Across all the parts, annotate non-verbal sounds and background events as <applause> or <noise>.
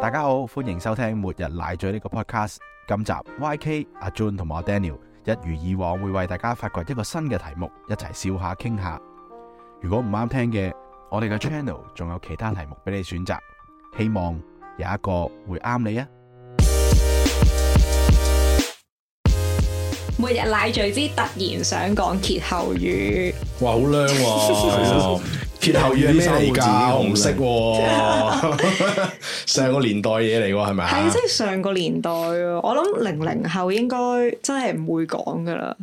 大家好，歡迎收聽《末日奶嘴》呢個 podcast。今集 YK 阿 Jun 同埋我 Daniel 一如以往會為大家發掘一個新嘅題目，一齊笑下傾下。如果唔啱聽嘅，我哋嘅 channel 仲有其他題目俾你選擇，希望有一個會啱你啊！每日奶聚之突然想講歇後語，哇，好靚喎！啊歇後語係咩嚟㗎？我唔識 <laughs> 喎，上個年代嘢嚟喎，係咪係啊即？係上個年代啊！我諗零零後應該真係唔會講噶啦，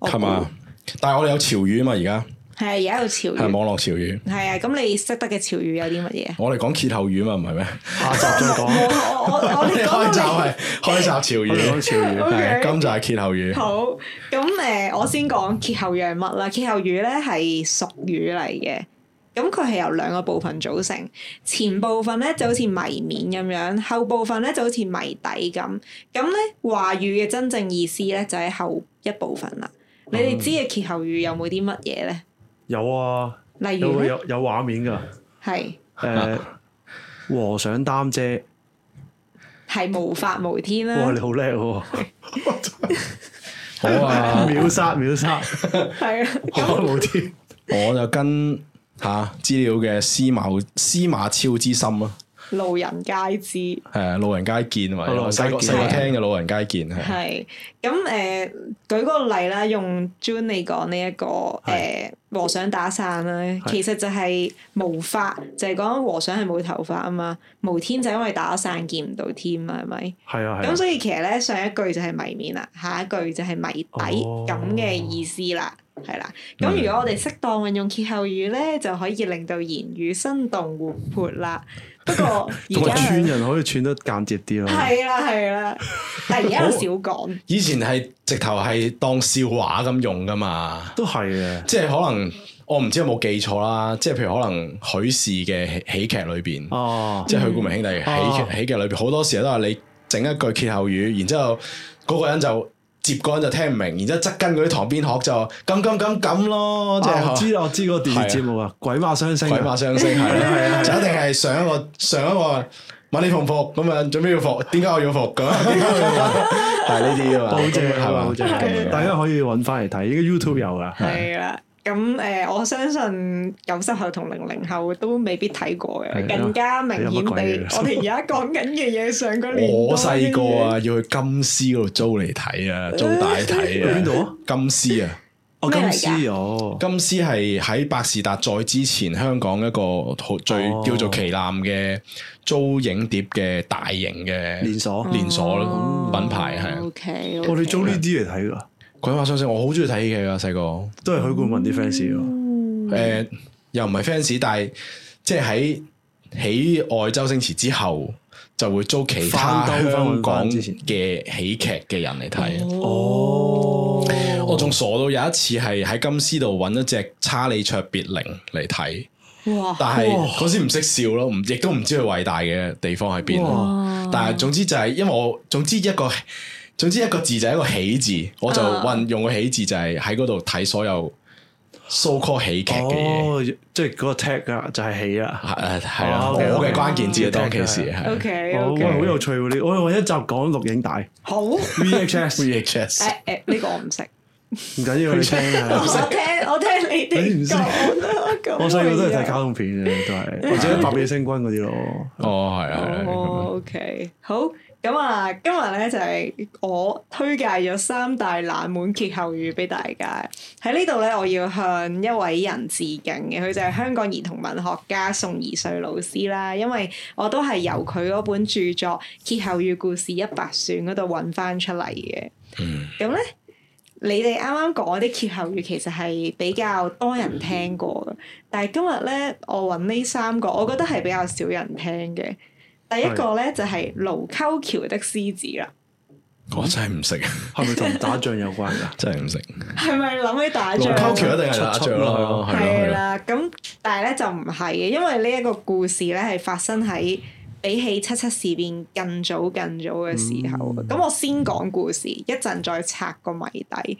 我係嘛？但係我哋有潮語啊嘛，而家估？係啊，而家有潮係語，網絡潮語。係啊。咁你識得嘅潮語有啲乜嘢啊？我哋講歇後語啊嘛，唔係咩？下集再我講，我我我我哋哋講 <laughs> 開集到係開集潮我哋講語，潮語，<laughs> 係 OK 今集係歇後語你。好咁誒，我先講歇後語係乜啦？歇後語咧係俗語嚟嘅。咁佢係由兩個部分組成，前部分咧就好似謎面咁樣，後部分咧就好似謎底咁。咁咧話語嘅真正意思咧就喺後一部分啦。你嗯哋知嘅歇後語有冇啲乜嘢咧？有啊，例有如個咧，有有畫面㗎，係誒和尚擔遮，係無法無天哇啦你，好叻喎，好啊， <laughs> 秒殺秒殺，係 <laughs> 啊， <laughs> 我冇啲我就跟吓資料嘅司馬司馬昭之心咯，路人皆知。誒老人街見啊嘛，老人街細個細見個聽嘅老人街見係。係咁誒，舉個例啦，用 June 嚟講呢一個誒、係和尚打傘啦，係其實就係無髮，就係、講和尚係冇頭髮啊嘛，無天就因為打傘見唔到天嘛，係咪？係啊咁係啊，所以其實咧，上一句就係謎面啦，下一句就係謎底哦咁嘅意思啦，係啦。咁嗯如果我哋適當運用歇後語咧，就可以令到言語生動活潑啦。不過而同家埋串人啊可以串得間接啲咯，係啦係啦，但係而家又少講。以前係直頭係當笑話咁用噶嘛，都係嘅，即係可能我唔知有冇記錯啦，即係譬如可能許氏嘅喜喜劇裏邊，哦，即係許冠文兄弟嘅喜哦劇喜劇裏邊，好多時候都係你整一句歇後語，然之後嗰個人就接嗰個人就聽唔明，然之後側跟佢啲旁邊學就咁咁咁咁咯，即啊我知係。啦我知嗰個電視節目啊，鬼馬雙星鬼馬啊，雙星係啦，就一定係上一個上一個問你服唔服咁樣，準備要服，點解我要服咁樣？ <laughs> 係呢啲啊嘛，好正係啊嘛，好正係啊，大家可以揾翻嚟睇，依家 YouTube 有㗎，係啦。咁誒、呃我相信九十後同零零後都未必睇過嘅，係更加明顯地，有乜鬼嘢我哋而家講緊嘅嘢上個年代我細個啊，要去金絲嗰度租嚟睇啊，租帶去睇啊。邊度啊？金絲啊，哦咩金嚟㗎絲哦，金絲係喺百事達再之前香港一個好最哦叫做旗艦嘅租影碟嘅大型嘅連鎖，連鎖哦品牌係啊。 O K，我哋租呢啲嚟睇㗎，鬼馬相信我好中意睇戲㗎細個，都係許冠文啲 fans 喎。嗯嗯誒又唔係 fans，但係即係喺喜愛周星馳之後，就會租其他翻兜翻香揾港翻之前嘅喜劇嘅人嚟睇。哦，我仲傻到有一次係喺金絲度揾咗隻查理卓別靈嚟睇，哇，但係嗰時唔識笑咯，唔亦都唔知佢偉大嘅地方喺邊啊咯。哇但係總之就係因為我總之一個總之一個字就係一個喜字，我就啊運用個喜字就係喺嗰度睇所有 so call 喜劇嘅嘢。哦，即係嗰個 tag 啊，就係起啦。係係啦，哦我，OK，嘅 OK，關鍵字啊，當其時 O 係 K 哦 O 喂，好 K，有趣喎！呢我我一集講錄影帶好，誒 VHS， VHS 誒，呢個我唔識，唔緊要，你聽 <laughs> 啊。我聽我聽你你唔哋識講啦，咁我細個都係睇樣卡通片嘅，都係或者百變星君嗰啲咯。哦係啊係啊，哦，OK，好，咁啊，今日咧就係、我推介咗三大冷門歇後語俾大家。喺呢度咧，我要向一位人致敬嘅，佢就係香港兒童文學家宋怡穗老師啦。因為我都係由佢嗰本著作《歇後語故事一百選》嗰度揾翻出嚟嘅。嗯咁咧。你哋啱啱講嗰啲歇後語其實係比較多人聽過嘅，但係今日咧，我揾呢三個，我覺得係比較少人聽嘅。第一個咧就係盧溝橋的獅子啦，我真係唔識，啊係咪同打仗有關啊 <laughs> 㗎？真係唔識。係咪諗起打龍仗？啊溝橋一定係打仗啦，係咯係咯係係咯。啦，咁但係咧就唔係嘅，因為呢一個故事咧係發生喺。比起七七事變更早更早嘅時候，嗯咁、我先講故事，一陣再拆個謎底。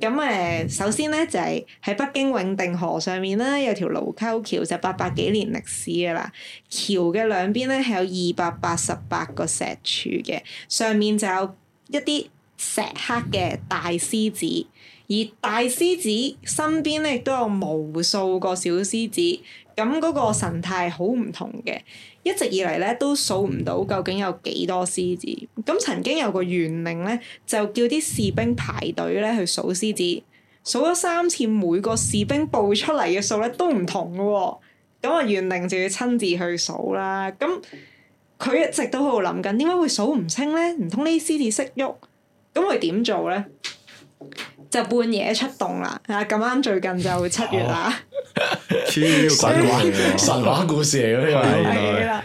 咁誒、呃首先咧就係、喺北京永定河上面啦，有條盧溝橋就八百幾年歷史㗎啦。橋嘅兩邊咧係有二百八十八個石柱嘅，上面就有一啲石刻嘅大獅子，而大獅子身邊咧亦都有無數個小獅子。咁嗰個神態好唔同嘅，一直以嚟咧都數唔到究竟有幾多獅子。咁曾經有個縣令咧，就叫啲士兵排隊咧去數獅子，數咗三次，每個士兵報出嚟嘅數咧都唔同嘅喎、咁啊，縣令就要親自去數啦。咁佢一直都喺度諗緊，點解會數唔清咧？唔通呢啲獅子識喐？咁佢點做咧？就半夜出動啦！啊，咁啱最近就七月啦。超神話鬼啊 <laughs> 嘢神話故事嚟嘅呢個係啊係，啦，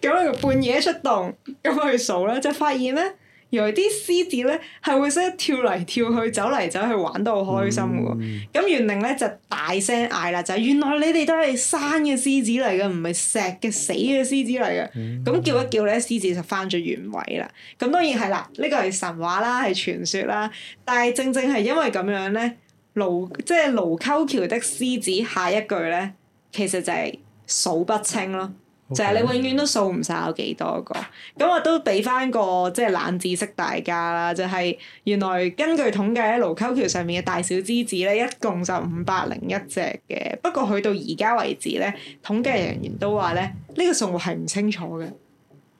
咁佢半夜出動，咁去數咧，就發現咧，原來啲獅子咧係會識得跳嚟跳去、走嚟走去，玩到好開心嘅喎。咁袁玲咧就大聲嗌啦，就係原來你哋都係山嘅獅子嚟嘅，唔係石嘅死嘅獅子嚟嘅。咁叫一叫咧，獅子就翻咗原位啦。咁當然係啦，呢個係神話啦，係傳說啦。但係正正係因為咁樣咧，盧即係盧溝橋的獅子下一句咧，其實就係數不清咯。就係你永遠都數唔晒有幾多個，咁我都俾翻個即係冷知識大家啦，就係、原來根據統計咧，盧溝橋上面嘅大小獅子咧，一共就五百零一隻嘅。不過去到而家為止咧，統計人員都話咧，呢、個數目係唔清楚 <laughs> 嘅，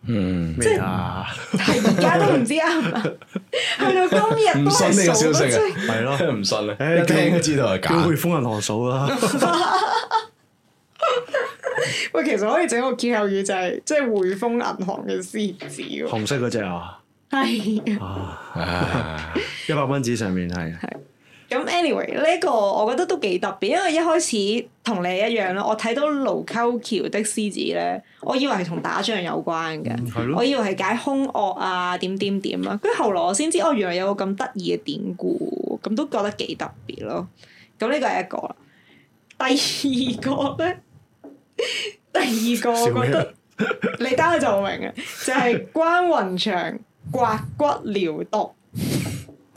嗯，咩啊？係而家都唔知啱唔啱，去到今日唔都信係呢數個消不息清。啊，係咯，唔信啊，誒一聽都知道係假叫。匯豐銀行數啦， <laughs> 喂，其實可以整個歇後語就係即係匯豐銀行嘅獅子喎，紅色嗰只啊，係。啊，啊一百蚊紙上面係咁 anyway 呢個我覺得都幾特別，因為一開始同你一樣啦，我睇到盧溝橋的獅子咧，我以為係同打仗有關嘅，嗯係我咯，以為係解兇惡啊點點點啦，跟住後來我先知哦，原來有個咁得意嘅典故，咁都覺得幾特別咯。咁呢個係一個啦，第二個咧，第二個笑我覺咩啊得你等下就明嘅，就係、關雲長刮骨療毒。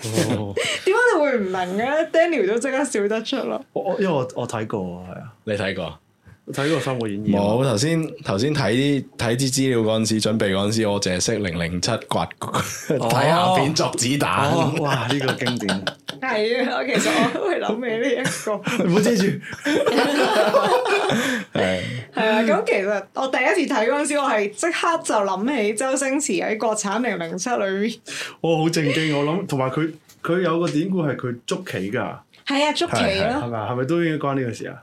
哦點解你會唔明嘅咧？Daniel 都即刻笑得出咯。我我因為我我睇過啊，係啊，你睇過？我睇過《三國演義》啊。冇，頭先頭先睇睇啲資料嗰陣時，準備嗰陣時，我淨係識零零七刮 <laughs> 睇下片作子哦，彈。哇！呢個 <laughs> 經典，係啊，我其實我都係諗起呢一個。唔好 <laughs> 遮住。係係啊，咁其實我第一次睇嗰陣時，我係即刻就諗起周星馳喺國產零零七裏面。我哦好正經，我諗同埋佢佢有個典故係佢捉棋㗎，係啊，捉棋係咯。咪啊？係咪都應該關呢個事啊？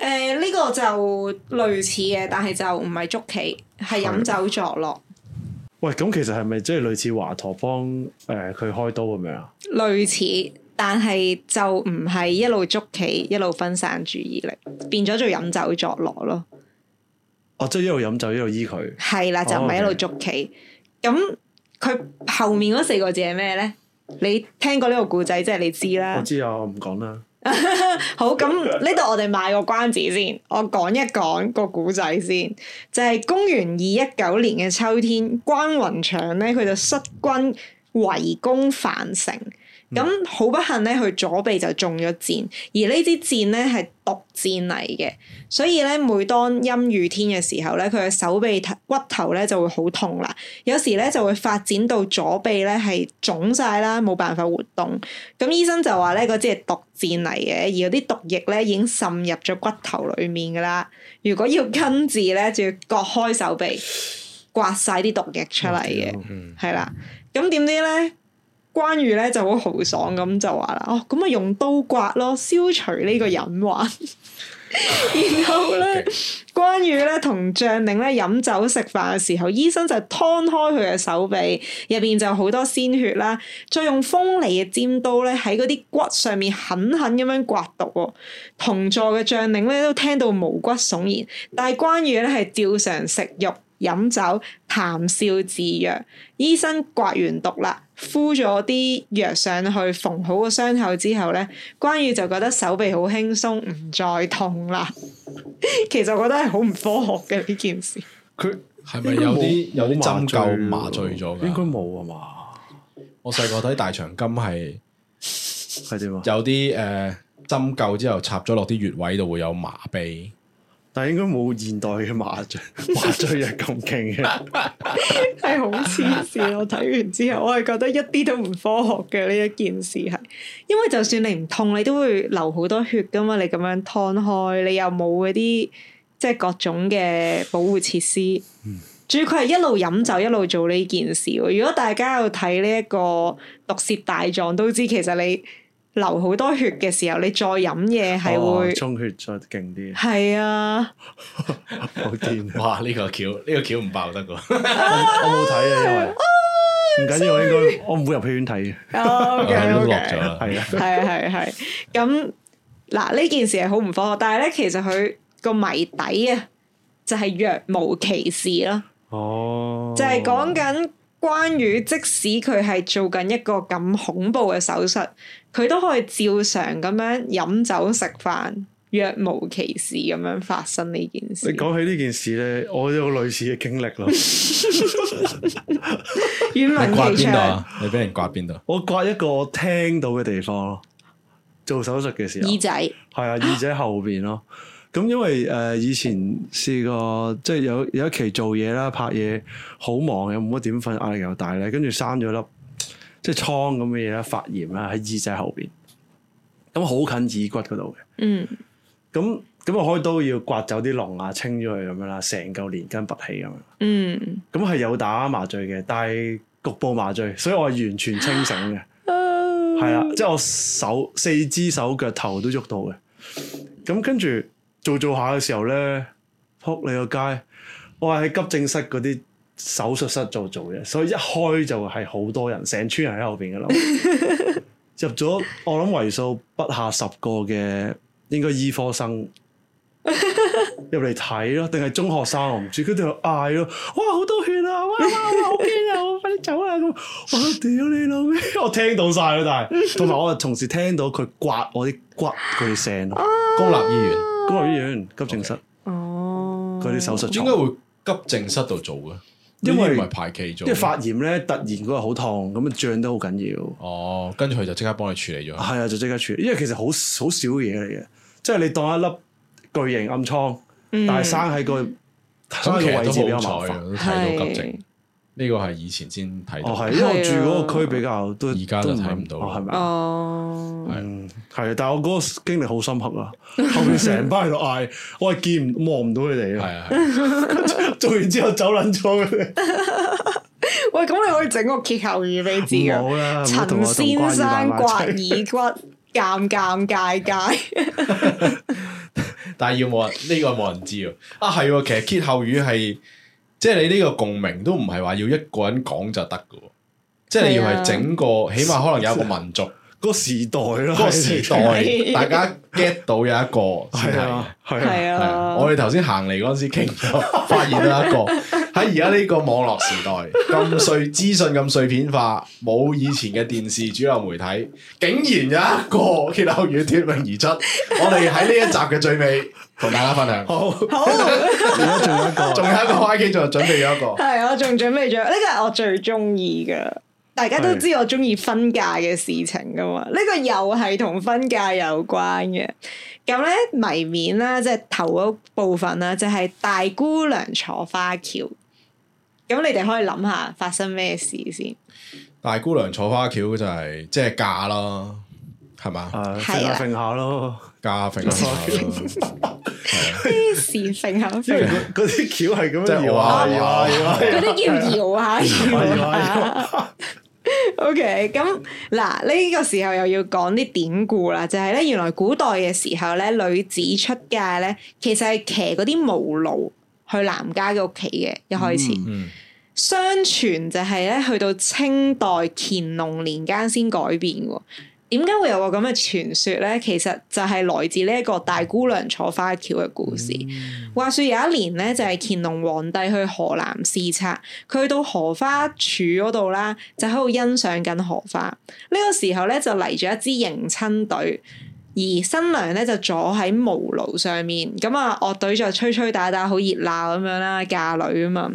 誒呢個就類似嘅，但係就唔係捉棋，係飲酒作樂，喂，咁其實係咪即係類似華佗幫誒佢開刀咁樣啊？類似，但係就唔係一路捉棋一路分散注意力，變咗做飲酒作樂咯。哦，即係一路飲酒一路醫佢。係啦，就唔哦係一路 OK 捉棋。咁佢後面嗰四個字係咩咧？你聽過呢個故仔，即係你知我啦。知啊，我唔講啦。好，咁呢度我哋賣個關子先，我講一講個古仔先。就係、公元二一九年嘅秋天，關雲長咧佢就率軍圍攻樊城。咁好不幸咧，佢左臂就中咗箭，而呢支箭咧係毒箭嚟嘅，所以咧每當陰雨天嘅時候咧，佢嘅手臂頭骨頭咧就會好痛啦。有時咧就會發展到左臂咧係腫晒啦，冇辦法活動。咁醫生就話咧嗰支係毒箭嚟嘅，而嗰啲毒液咧已經滲入咗骨頭裡面噶啦。如果要根治咧，就要割開手臂，刮晒啲毒液出嚟啊嘅。嗯係啦。咁點知咧，關羽咧就好豪爽咁就話啦，哦，咁咪用刀刮咯，消除呢個隱患。 <laughs> 然後咧，關羽咧同將領咧飲酒食飯嘅時候，醫生就劏開佢嘅手臂，入邊就好多鮮血啦，再用鋒利嘅尖刀咧喺嗰啲骨上面狠狠咁樣刮毒喎。同座嘅將領咧都聽到毛骨悚然，但係關羽咧係照常食肉、飲酒、談笑自若。醫生刮完毒啦，敷咗啲藥上去，縫好個傷口之後咧，關羽就覺得手臂好輕鬆， <laughs> 唔再痛啦。其實我覺得係好唔科學嘅呢件事。佢係咪有啲有啲針灸麻醉咗應該㗎？冇啊嘛？我細個睇大長今係係點啊？有啲誒針灸之後插咗落啲穴位度會有麻痹，但係應該冇現代嘅麻 <laughs> 醉麻醉藥咁勁嘅。係好黐線。我睇完之後，我係覺得一啲都唔科學嘅呢一件事係，因為就算你唔痛，你都會流好多血噶嘛。你咁樣劏開，你又冇嗰啲即係各種嘅保護設施。嗯主要佢係一路飲酒一路做呢件事喎。如果大家有睇呢一個《毒舌大狀》，都知其實你流好多血嘅時候，你再飲嘢係哦會充血再勁啲，係 <laughs> 啊。好癲 <laughs> 啊！哇！呢個橋呢個橋唔爆得㗎，我冇睇啊，因為唔緊要，我應該我唔會入戲院睇嘅。哦 OK <laughs> 都 OK 落咗。啦。係啊，係係係，咁嗱呢件事係好唔科學，但係咧其實佢個謎底啊，就係若無其事咯，哦，就係講緊關於即使佢係做緊一個咁恐怖嘅手術，佢都可以照常咁樣飲酒食飯，若無其事咁樣發生呢件你事。講起呢件事咧，我有類似嘅經歷 <laughs> 咯。阮你刮文琪邊度啊唱啊？你俾人刮邊度？我刮一個我聽到嘅地方咯，做手術嘅時候耳，仔，係啊，耳仔後邊咯。咁因為誒、呃以前試過，即係有有一期做嘢啦，拍嘢好忙，又冇乜點瞓，壓力又大咧，跟住生咗粒即係瘡咁嘅嘢啦，發炎啦喺耳仔後邊，咁好近耳骨嗰度嘅。嗯，咁咁我開刀要刮走啲膿啊，清咗佢咁樣啦，成嚿連根拔起咁樣。嗯，咁係有打麻醉嘅，但係局部麻醉，所以我係完全清醒嘅，係啦，即係我手四肢手腳頭都喐到嘅。咁跟住做做下嘅時候咧，撲你個街！我係喺急症室嗰啲手術室做做嘅，所以一開就係好多人，成村人喺後邊嘅啦。入咗我諗為數不下十個嘅應該醫科生。入嚟睇咯，定係中學生我唔知，佢哋喺度嗌咯，哇好多血啊，哇哇哇好驚啊，我快啲走啦咁，我屌你老味，我聽到晒咯，但係同埋我同時聽到佢刮我啲骨佢聲咯，公立醫院公立醫院急症室哦，佢啲手術應床該，會急症室度做嘅，因為呢啲唔係排期因做為。發炎咧，突然嗰個好痛，咁啊脹得好緊要。哦，跟住佢就即刻幫你處理咗。係啊，就即刻處理，因為其實好好少嘢嚟嘅，即係你當一粒巨型暗瘡，嗯，但係生喺個生咁喺其個實位置比較都麻好彩啊，煩。都睇到急症係。。呢個係以前先睇哦，到。係，因為我住嗰個區比較都而家就睇唔到都係哦係咪啊？哦，嗯，係，但係我嗰個經歷好深刻 <laughs> 啊！後面成班喺度嗌，我係見唔望唔到佢哋啊！係啊係啊， <laughs> 做完之後走撚咗佢 <laughs> 哋。喂，咁你可以整個歇後語俾知㗎。冇啊啦，唔好同陳先我同關二生擺刮埋耳一齊骨，尷尷尬尬。但係要冇人呢個冇人知喎。啊係喎，其實歇後語係即係你呢個共鳴都唔係話要一個人講就得嘅喎，即係你要係啊係整個，起碼可能有一個 <laughs> 民族個時代咯，嗰個時代，係大家 get 到有一個先係係。啊，係啊，係係啊啊，我哋頭先行嚟嗰陣時傾咗，發現到一個喺而家呢個網絡時代咁碎資訊咁碎片化，冇以前嘅電視主流媒體，竟然有一個歇後語脱穎而出。我哋喺呢一集嘅最尾同大家分享，好，好而家仲有一個仲有一個 YK 仲準備咗一個，係我仲準備咗，呢個係我最中意嘅。大家都知我中意分界嘅事情噶嘛，呢、個又係同分界有關嘅。咁咧謎面啦，即係頭嗰部分啦，就係、大姑娘坐花橋。咁你哋可以諗下發生咩事 <laughs> 先？大姑娘坐花轎就係即係嫁啦，係嘛？誒，揈係啊下啦揈下咯，嫁揈下啦，啲事揈下揈因為下嗰嗰啲橋係咁樣即係搖哇下搖下搖下嗰啲叫搖下搖下。O K，咁嗱呢個時候又要講啲典故啦，就係咧原來古代嘅時候咧，女子出嫁咧，其實係騎嗰啲毛驢去男家嘅屋企嘅，一開始。嗯，相傳就係咧，去到清代乾隆年間先改變喎。點解會有個咁嘅傳說咧？其實就係來自呢一個大姑娘坐花轎嘅故事。話說有一年咧，就係、乾隆皇帝去河南視察，佢去到荷花柱嗰度啦，就喺度欣賞緊荷花。呢、個時候咧，就嚟咗一支迎親隊。而而新娘咧就坐喺無爐上面，咁啊樂隊就吹吹打打好熱鬧咁樣啦，嫁女啊嘛。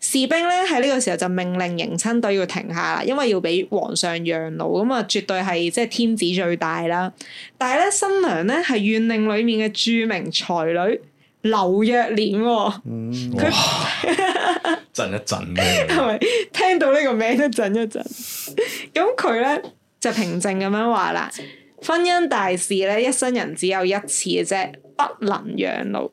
士兵咧喺呢個時候就命令迎親隊要停下啦，因為要俾皇上讓路，咁啊絕對係即係天子最大啦。但係咧新娘咧係縣令裡面嘅著名才女劉若蓮喎、嗯哇，震一震嘅，係咪聽到呢個名一震一震？咁佢咧就平靜咁樣話啦：婚姻大事咧，一生人只有一次嘅啫，不能讓路。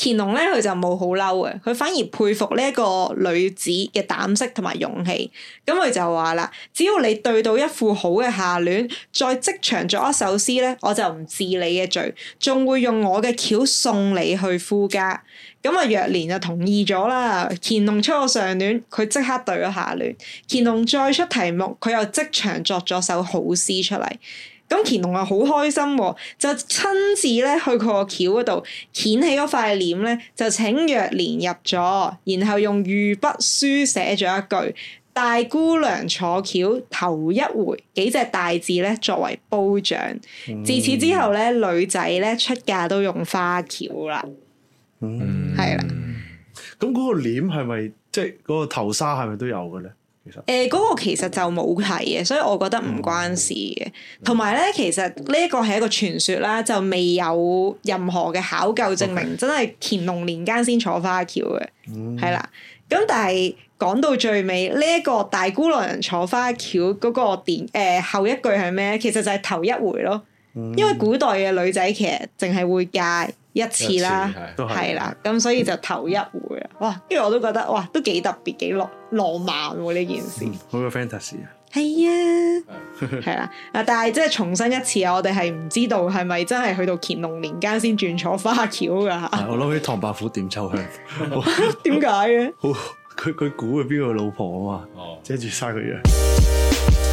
乾隆咧，佢就冇好嬲嘅，佢反而佩服呢一個女子嘅膽識同埋勇氣。咁佢就話啦：只要你對到一副好嘅下聯，再即場作一首詩咧，我就唔治你嘅罪，仲會用我嘅橋送你去夫家。咁啊，若蓮就同意咗啦。乾隆出咗上聯，佢即刻對咗下聯。乾隆再出題目，佢又即場作咗首好詩出嚟。咁乾隆又啊好開心喎，就親自咧去佢個橋嗰度掀起嗰塊簾咧，就請若蓮入座，然後用御筆書寫咗一句：大姑娘坐橋頭一回，幾隻大字咧作為褒獎。自此之後咧，女仔咧出嫁都用花橋啦。嗯係啦咁嗰個簾係咪即係嗰個頭紗係咪都有嘅咧？其實，誒嗰、個其實就冇提嘅，所以我覺得唔關事嘅。同埋咧，其實呢一個係一個傳說啦，就未有任何嘅考究證明真係乾隆年間先坐花轎嘅，嗯係啦、咁但係講到最尾，呢、一個大姑娘人坐花轎嗰個電誒、後一句係咩？其實就係頭一回咯，因為古代嘅女仔其實淨係會嫁一次啦。都係係啦，咁所以就頭一回啦，哇！跟住我都覺得哇，都幾特別，幾浪浪漫喎呢件事。好有 fantasy 啊！係啊，係啦，啊！但係即係重申一次啊，我哋係唔知道係咪真係去到乾隆年間先轉坐花轎噶嚇？我諗起唐伯虎點秋香， <laughs> 好 <laughs> 點解嘅？好佢佢估佢邊個老婆啊嘛，哦，遮住晒佢樣。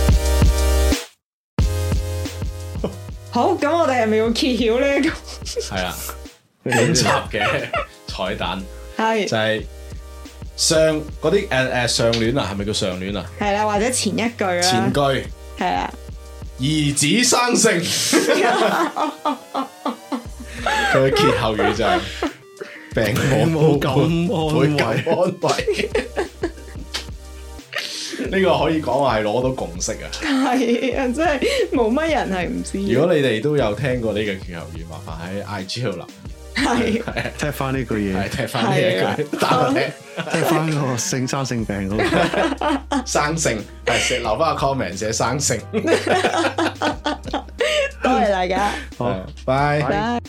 好，咁我哋係咪要揭曉呢？咁係啦，本集嘅彩蛋就係係上嗰啲誒誒上聯啊，係咪叫上聯啊？係啦，或者前一句啦啊前，句係啦，兒子生性，佢嘅歇後語就係病冇母咁倍安慰感，安慰。呢個可以講話係攞到共識啊！係啊，真係冇乜人係唔知如嘅，果你哋都有聽過呢個歇後語，麻煩喺 IG 度留言，係踢翻呢句係嘢，聽翻呢一啊句，打落嚟踢翻個性生性病嗰個。生性，係寫留翻個 comment 寫生性。多謝大家，好拜。拜。